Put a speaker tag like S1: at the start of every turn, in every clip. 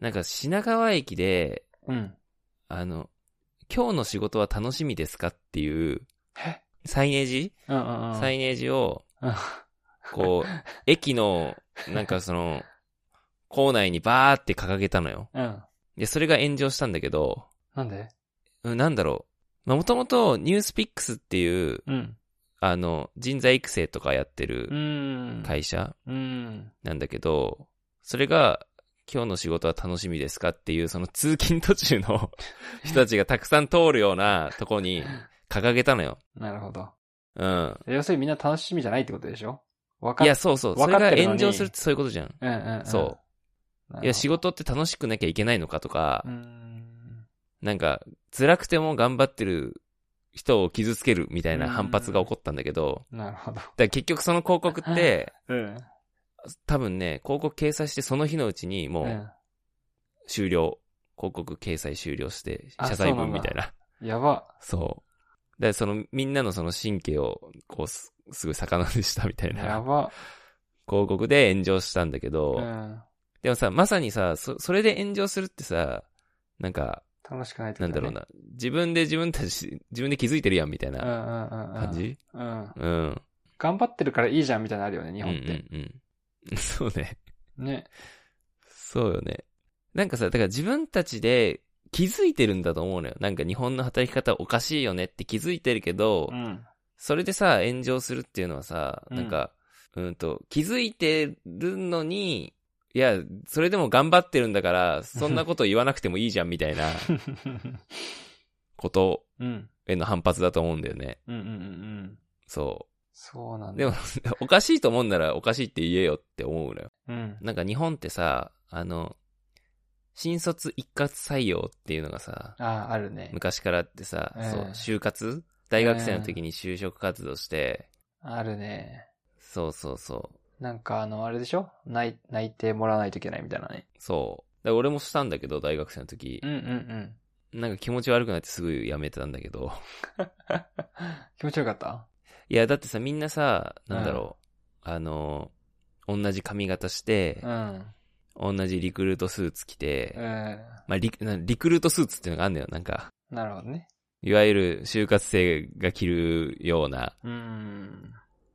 S1: なんか品川駅で、
S2: うん。
S1: あの、今日の仕事は楽しみですかっていう、
S2: え
S1: サイネージ
S2: うんうんうん。
S1: サイネージを、
S2: うん
S1: こう、 駅の、なんかその、構内にバーって掲げたのよ。
S2: うん。
S1: で、それが炎上したんだけど、
S2: なんで
S1: うん、なんだろう。まあ、もともと、ニュースピックスっていう、
S2: うん。
S1: あの、人材育成とかやって
S2: う
S1: る
S2: ん。
S1: 会社
S2: うん。
S1: なんだけど、それが、今日の仕事は楽しみですかっていう、その通勤途中 の人たちがたくさん通るようなとこに掲げたのよ。
S2: なるほど。
S1: うん。
S2: 要するにみんな楽しみじゃないってことでしょわか
S1: い
S2: っ
S1: や、そうそう。それ
S2: わか
S1: が
S2: ってるの
S1: 炎
S2: に
S1: 上するってそういうことじゃん。
S2: うんうんうん。
S1: そ
S2: なるほど
S1: う。いや、仕事って楽しくなきゃいけないのかとか
S2: う、ん。
S1: なんか、辛くても頑張ってる人を傷つけるみたいな反発が起こったんだけど、
S2: なるほど。
S1: だから結局その広告って、
S2: うん。
S1: 多分ね、広告掲載してその日のうちにも
S2: う。
S1: うん終了。広告掲載終了して、
S2: あ
S1: 謝罪文みたいな。
S2: やば。
S1: そう。で、そのみんなのその神経を、こうす、すごい魚でしたみたいな
S2: や
S1: 広
S2: ば。
S1: 告で炎上したんだけど、
S2: うん。
S1: でもさ、まさにさ、そ、それで炎上するってさ、なんか、
S2: 楽しくないって
S1: な
S2: こ
S1: ん
S2: と
S1: だろう。
S2: ね
S1: な。自分で自分たち、自分で気づいてるやんみたいな
S2: うんうんうんうん。
S1: 感じ
S2: うん。
S1: うん。
S2: 頑張ってるからいいじゃんみたいなのあるよね、日
S1: 日
S2: 本っ
S1: う
S2: て。
S1: んうんうん。 そうね。
S2: ね。
S1: そうよね。なんかさ、だから自分たちで気づいてるんだと思うのよ。なんか日本の働き方おかしいよねって気づいてるけど、
S2: うん。
S1: それでさ、炎上するっていうのはさ、
S2: うん
S1: なんか、うんと、気づいてるのに、いや、それでも頑張ってるんだから、そんなこと言わなくてもいいじゃんみた いなこと
S2: うん。
S1: への反発だと思うんだよね。
S2: うんうんうんうん。
S1: そ
S2: そうなん
S1: う。で
S2: だ。
S1: も、 おかしいと思うんならおかしいって言えよって思うのよ。
S2: うん。
S1: なんか日本ってさ、あの、新卒一括採用っていうのがさ、
S2: ああ、あるね。
S1: 昔からあってさ、
S2: ええ
S1: そう、就活大学生の時に就職活動して、
S2: あるね。
S1: そうそうそう。
S2: なんかあの、あれでしょ内内定もらわないといけないみたいなね。
S1: そう。だから俺もしたんだけど、大学生の時
S2: う。んうんうん。
S1: なんか気持ち悪くなってすぐ辞めてたんだけど。
S2: 気持ちよかった
S1: いや、だってさ、みんなさ、なんだろう。あの、同じ髪型して
S2: う、ん。
S1: 同じリクルートスーツ着て、
S2: うん。
S1: まあリク、なリクルートスーツっていうのがあんだよ、なんか。
S2: なるほどね。
S1: いわゆる就活生が着るような
S2: うん。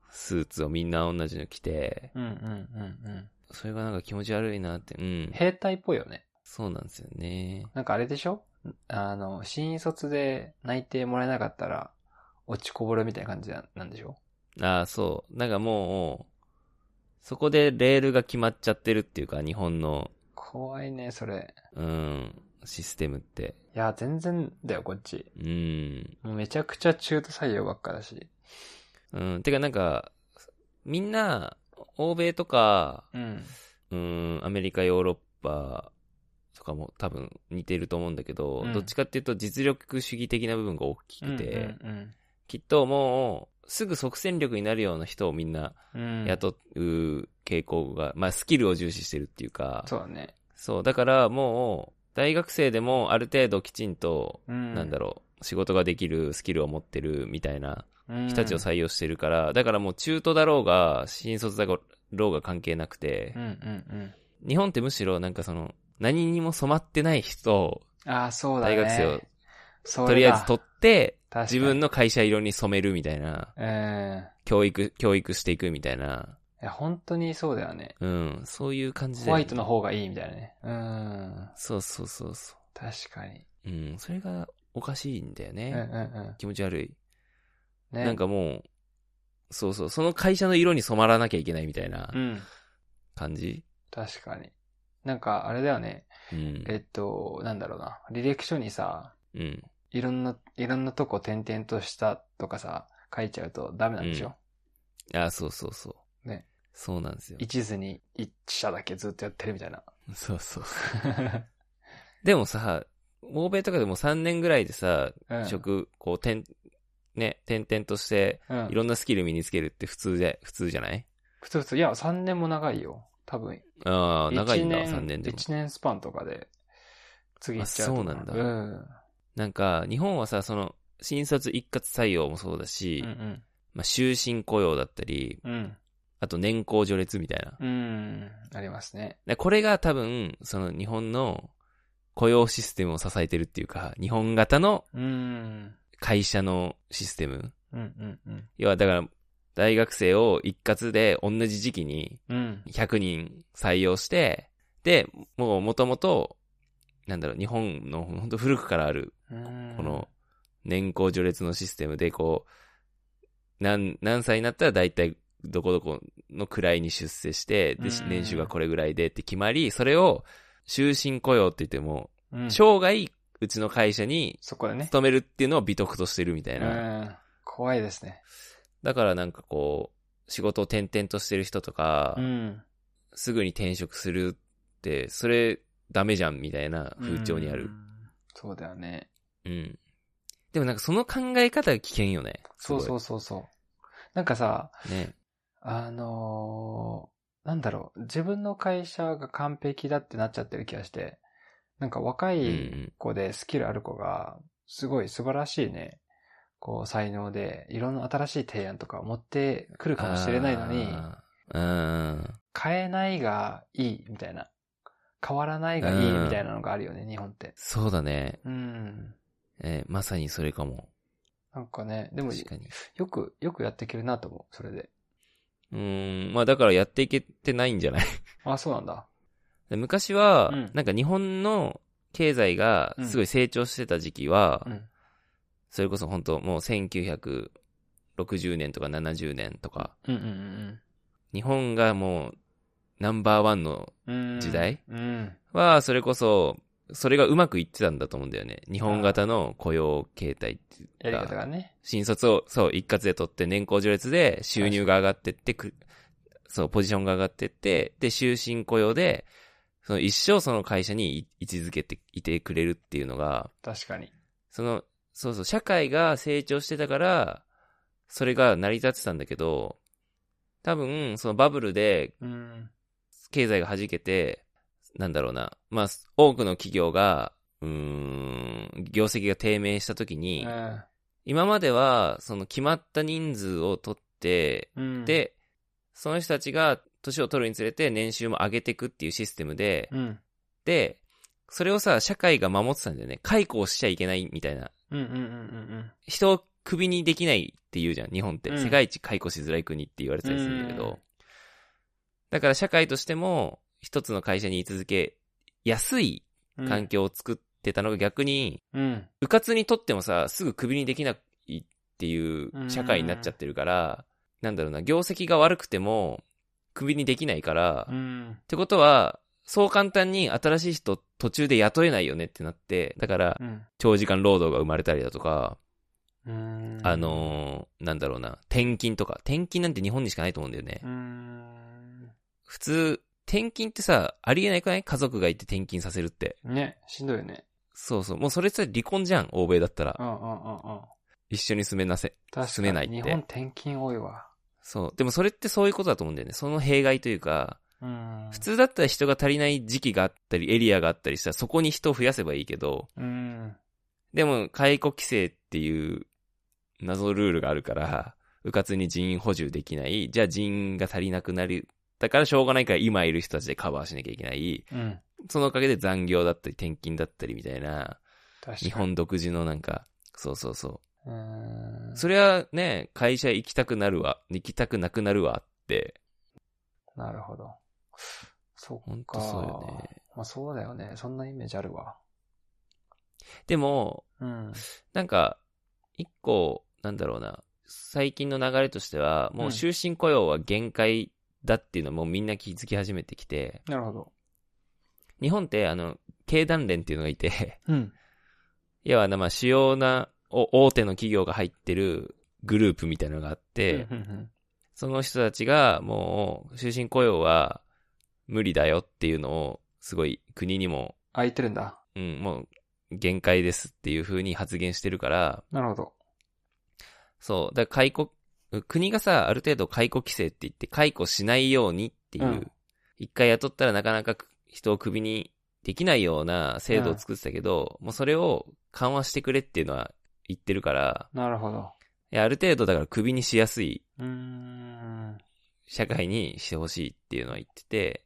S1: スーツをみんな同じの着て、
S2: うんうんうんうん。
S1: それがなんか気持ち悪いなって、うん。
S2: 兵隊っぽいよね。
S1: そうなんですよね。
S2: なんかあれでしょあの、新卒で内定もらえなかったら、落ちこぼれみたいな感じななんでしょ
S1: ああ、そう。なんかもう、そこでレールが決まっちゃってるっていうか、日本の、
S2: 怖いね、それ。
S1: うん、システムって。
S2: いや、全然だよ、こっち。
S1: うん。
S2: もうめちゃくちゃ中途採用ばっかだし。
S1: うん、てかなんか、みんな、欧米とか、
S2: うん。
S1: うん、アメリカ、ヨーロッパとかも多分似てると思うんだけど、
S2: うん
S1: どっちかっていうと実力主義的な部分が大きくて、
S2: うんうん
S1: きっともう、すぐ即戦力になるような人をみんな
S2: うん、うん。
S1: 雇う傾向が、まあスキルを重視してるっていうか、
S2: そうだね。
S1: そう、だからもう、大学生でもある程度きちんと、
S2: うん。
S1: なんだろう、仕事ができるスキルを持ってるみたいな
S2: うん。
S1: 人たちを採用してるから、だからもう中途だろうが、新卒だろうが関係なくて
S2: うん、うんうん。
S1: 日本ってむしろなんかその、何にも染まってない人を、
S2: ああ、そうだね。
S1: 大学生を
S2: を
S1: とりあえず取って、
S2: 確かに
S1: 自分の会社色に染めるみたいな、
S2: え
S1: 教育、教育していくみたいな、
S2: えいや本当にそうだよね。
S1: うん、そういう感じで。
S2: ホワイトの方がいいみたいなね。うん。
S1: そうそうそうそ
S2: 確かに。
S1: う。うん、それがおかしいんだよ
S2: う
S1: ね
S2: ん。うんう
S1: 気持ち悪い。
S2: ん。ね。
S1: なん、かもう、そうそう、その会社の色に染まらなきゃいけないみたいな
S2: うん。
S1: 感じ、
S2: 確かに。なんか、あれだよね。
S1: うん、
S2: えっと、なんだろうな。履歴書にさ、
S1: うん。
S2: いろんな、いろんなとこ転々としたとかさ、書いちゃうとダメなんでしょ、
S1: あ、そうそうそう。
S2: ね。
S1: そうなんですよ。
S2: 一途に一社だけずっとやってるみた いな。
S1: そうそうそう。でもさ、欧米とかでも3年ぐらいでさ、
S2: うん、
S1: 職、こう、転、ね、転々として、
S2: うん
S1: いろんなスキル身につけるって普通で、普通じゃない
S2: 普通普通。いや、3年も長いよ。多分。
S1: ああ、長いんだ、
S2: 一年
S1: 3年でも。
S2: 1年スパンとかで、次行っちゃうと思。
S1: あそうなんだ
S2: うん。
S1: なんか、日本はさ、その、新卒一括採用もそうだし、
S2: うん
S1: まあ、終身雇用だったり、
S2: うん。うん。
S1: ああと年功序列みたいな。
S2: うん。ありますね。
S1: でこれが多分、その日本の雇用システムを支えてるっていうか、日本型の
S2: うん。
S1: 会社のシステム。
S2: うんうんうん。
S1: 要はだから、大学生を一括で同じ時期に
S2: うん。
S1: 100人採用して、で、もう元々、なんだろう、日本の本当古くからある、
S2: うん
S1: この、年功序列のシステムで、こう、何、何歳になったら大体どこどこの位に出世して、で
S2: う、ん
S1: 年収がこれぐらいでって決まり、それを終身雇用って言っても、
S2: うん、
S1: 生涯うちの会社に
S2: そこでね。
S1: 勤めるっていうのを美徳としてるみたいな。
S2: うん。怖いですね。
S1: だからなんかこう、仕事を転々としてる人とか、
S2: うん。
S1: すぐに転職するって、それダメじゃんみたいな風潮にあ
S2: う
S1: る。
S2: ん。そうだよね。
S1: うん。でもなんかその考え方が危険よね。
S2: そうそううそうそう。なんかさ、。
S1: ね。
S2: あのーなんだろう、自分の会社が完璧だってなっちゃってる気がして、なんか
S1: う
S2: 若
S1: んう
S2: い
S1: ん。
S2: 子でスキルある子が、すごい素晴らしいね、こう才能で、いろんな新しい提案とかを持ってくるかもしれないのに、
S1: あー。うん。
S2: 変えないがいいみたいな、変わらないがいいみたいなのがあるよね、日本って。
S1: そうだね。
S2: うん。
S1: えーまさにそれかも。
S2: なんかね、でも、
S1: 確か
S2: よ
S1: に。
S2: く、よくやっていけるなと思う、それで。
S1: うーん。まあだからやっていけてないんじゃない
S2: あ、そうなんだ。
S1: 昔は、
S2: うん
S1: なんか日本の経済がすごい成長してた時期は、
S2: うん。
S1: それこそ本当もう1960年とか70年とか、
S2: うんうん
S1: 日本がもうナンバーワンの
S2: うんうん。
S1: 時代
S2: うん。
S1: は、それこそ、それがうまくいってたんだと思うんだよね。日本型の雇用形態っていうか
S2: やり方がね。
S1: 新卒を、そう、一括で取って年功序列で収入が上がってってく、そう、ポジションが上がってって、で、終身雇用で、その一生その会社にい位置づけていてくれるっていうのが、
S2: 確かに。
S1: その、そうそう、社会が成長してたから、それが成り立ってたんだけど、多分、そのバブルで
S2: うん。
S1: 経済が弾けて、なんだろうな、まあ、多くの企業が、うーん、業績が低迷した時に、今までは、その決まった人数を取って、
S2: うん、
S1: で、その人たちが年を取るにつれて年収も上げていくっていうシステムで、
S2: うん、
S1: で、それをさ、社会が守ってたんだよね。解雇をしちゃいけないみたいな。
S2: うん、うん、うん、うん
S1: 人をクビにできないって言うじゃん、日本って。
S2: うん
S1: 世界一解雇しづらい国って言われてたりするんだけど。
S2: うん
S1: だから社会としても、一つの会社に居続け、安い
S2: うん。
S1: 環境を作ってたのが逆に、
S2: うん。
S1: うかつにとってもさ、すぐクビにできないっていう社会になっちゃってるから、なんだろうな、業績が悪くても、クビにできないから、
S2: う
S1: っ
S2: ん。
S1: てことは、そう簡単に新しい人途中で雇えないよねってなって、だから
S2: うん。
S1: 長時間労働が生まれたりだとか、
S2: うん。
S1: あ、のーなんだろうな、転勤とか、転勤なんて日本にしかないと思うんだよね
S2: う。ん。
S1: 普通、転勤ってさ、ありえないくない家族がいて転勤させるって。
S2: ね、しんどいよね。
S1: そうそう、もうそれさ、離婚じゃん、欧米だった
S2: う
S1: ら。
S2: ん、うん、うん、うん。
S1: 一緒に住めなせ、
S2: 確
S1: 住
S2: か
S1: めないっ
S2: に。
S1: て。
S2: 日本転勤多いわ。
S1: そう。でもそれってそういうことだと思うんだよね。その弊害というか、
S2: うん。
S1: 普。通だったら人が足りない時期があったり、エリアがあったりしたら、そこに人を増やせばいいけど、
S2: うん。
S1: でも、解雇規制っていう謎ルールがあるから、うかつに人員補充できない。じゃあ人員が足りなくなる。だからしょうがないから今いる人たちでカバーしなきゃいけない。
S2: うん。
S1: そのおかげで残業だったり転勤だったりみたいな、
S2: 確か
S1: 日。
S2: に。
S1: 本独自のなんか、そうそうそうう。
S2: ん。
S1: それはね、会社行きたくなるわ、行きたくなくなるわって、
S2: なるほど。そ
S1: ほん
S2: っ
S1: と
S2: か。
S1: そうよね。
S2: まあそうだよね。そんなイメージあるわ。
S1: でも、
S2: うん。
S1: なんか、一個、なんだろうな、最近の流れとしては、もう終身雇用は限界だっていうのはもうみんな気づき始めてきて、
S2: なるほど。
S1: 日本って、あの、経団連っていうのがいて、
S2: うん。
S1: 要はな、まあ、主要な、お大手の企業が入ってるグループみたいなのがあって、
S2: うんうん
S1: その人たちが、もう、終身雇用は無理だよっていうのを、すごい国にも、
S2: 空いてるんだ。
S1: うん、もう、限界ですっていう風に発言してるから、
S2: なるほど。
S1: そう。だから解雇、国がさ、ある程度解雇規制って言って、解雇しないようにっていう、
S2: うん
S1: 一回雇ったらなかなか人をクビにできないような制度を作ってたけど、もうそれを緩和してくれっていうのは言ってるから、
S2: なるほど。
S1: いやある程度だからクビにしやすいう
S2: ーん。
S1: 社会にしてほしいっていうのは言ってて、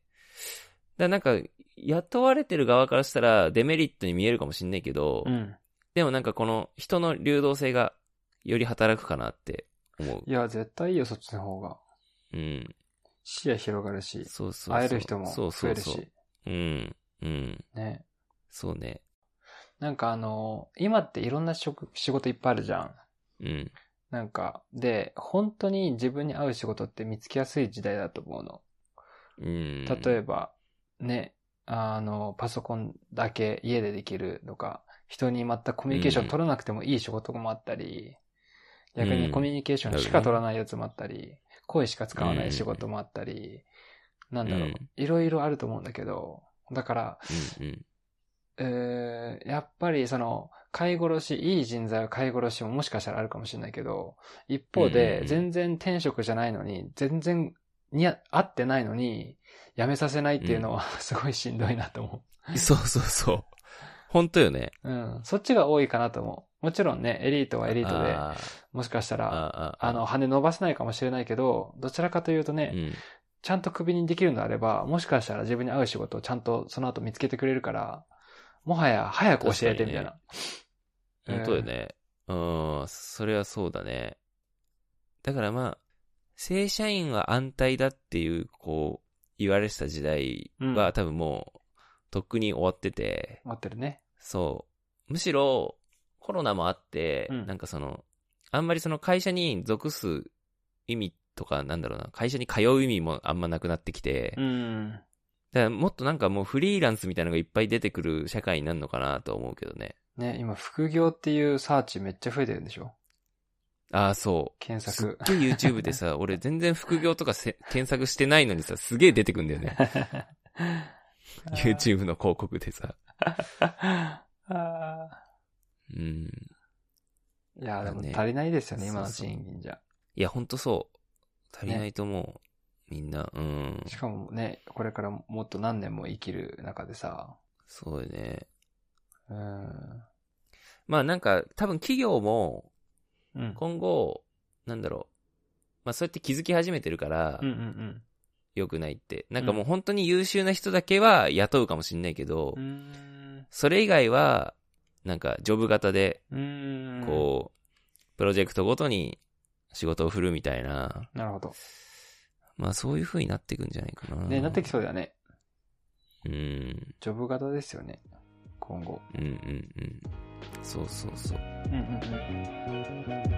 S1: だからなんか、雇われてる側からしたらデメリットに見えるかもしんないけど、
S2: うん。
S1: でもなんかこの人の流動性がより働くかなって思
S2: いや、絶対いいよ、そっちの方が。
S1: う。うん。
S2: 視野広がるし、
S1: そうそうそう。
S2: 会える人も
S1: そう
S2: 増
S1: そ
S2: え
S1: う
S2: る
S1: そう
S2: し。。
S1: うん。うん。
S2: ね。
S1: そうね。
S2: なんかあの、今っていろんな職、仕事いっぱいあるじゃん。
S1: うん。
S2: なんか、で、本当に自分に合う仕事って見つけやすい時代だと思うの。
S1: うん。
S2: 例えば、ね、あの、パソコンだけ家でできるとか、人に全くコミュニケーション取らなくてもいい仕事もあったり、
S1: うん
S2: 逆にコミュニケーションしか取らないやつもあったり、声しか使わない仕事もあったり、なんだろ
S1: う、
S2: うんいろいろあると思うんだけど、だから、
S1: うん。うん。
S2: えーやっぱりその、買い殺し、いい人材は買い殺しももしかしたらあるかもしれないけど、一方
S1: うんうんう
S2: で
S1: ん
S2: 全然転職じゃないのに、全然に合ってないのに、辞めさせないっていうのは すごいしんどいなと思
S1: そうそうそう。本当よね。
S2: う。うん。そっちが多いかなと思う。もちろんね、エリートはエリートで、
S1: あー
S2: もしかした
S1: あ
S2: ら、
S1: ーあー
S2: あの、、羽伸ばせないかもしれないけど、どちらかというとね、
S1: うん。
S2: ちゃんとクビにできるのであれば、もしかしたら自分に合う仕事をちゃんとその後見つけてくれるから、もはや早く教えてみたいな。うん
S1: 本当よね。うん、それはそうだね。だからまあ、正社員は安泰だっていう、こう、言われてた時代は、
S2: うん
S1: 多分もう、とっくに終わってて、
S2: 思ってるね。
S1: そう。むしろ、コロナもあって、
S2: うん
S1: なんかその、あんまりその会社に属す意味とか、なんだろうな、会社に通う意味もあんまなくなってきて、
S2: うん。
S1: だからもっとなんかもうフリーランスみたいなのがいっぱい出てくる社会になるのかなと思うけどね。
S2: ね、今、副業っていうサーチめっちゃ増えてるんでしょ
S1: ああ、そう。
S2: 検
S1: すっ
S2: 索。
S1: げえ YouTube で さ、俺全然副業とかせ検索してないのにさ、すげえ出てくんだよね。YouTube の広告でさ。
S2: あー
S1: うん。
S2: いや、でも
S1: ね
S2: 足りないですよね、
S1: そう
S2: 今の
S1: そう
S2: 賃金じゃ。
S1: いや、ほんとそう。足りないと思う。みんな、うん。
S2: しかもね、これからもっと何年も生きる中でさ。
S1: そうよね。
S2: うん。
S1: まあなんか、多分企業も、
S2: うん。
S1: 今後、なんだろう。まあそうやって気づき始めてるから
S2: うんう、ん
S1: 良くないって。なんかもう本当に優秀な人だけは雇うかもしんないけど
S2: う、ん。
S1: それ以外は、なんか、ジョブ型で、
S2: うーん。
S1: こう、プロジェクトごとに仕事を振るみたいな、
S2: う。なるほど。
S1: まあそういう風になっていくんじゃないかな。
S2: ね、なってきそうだよね。
S1: うん。うん
S2: ジョブ型ですよね。今後。
S1: うんうん。そうそうそう。
S2: うんうんうん。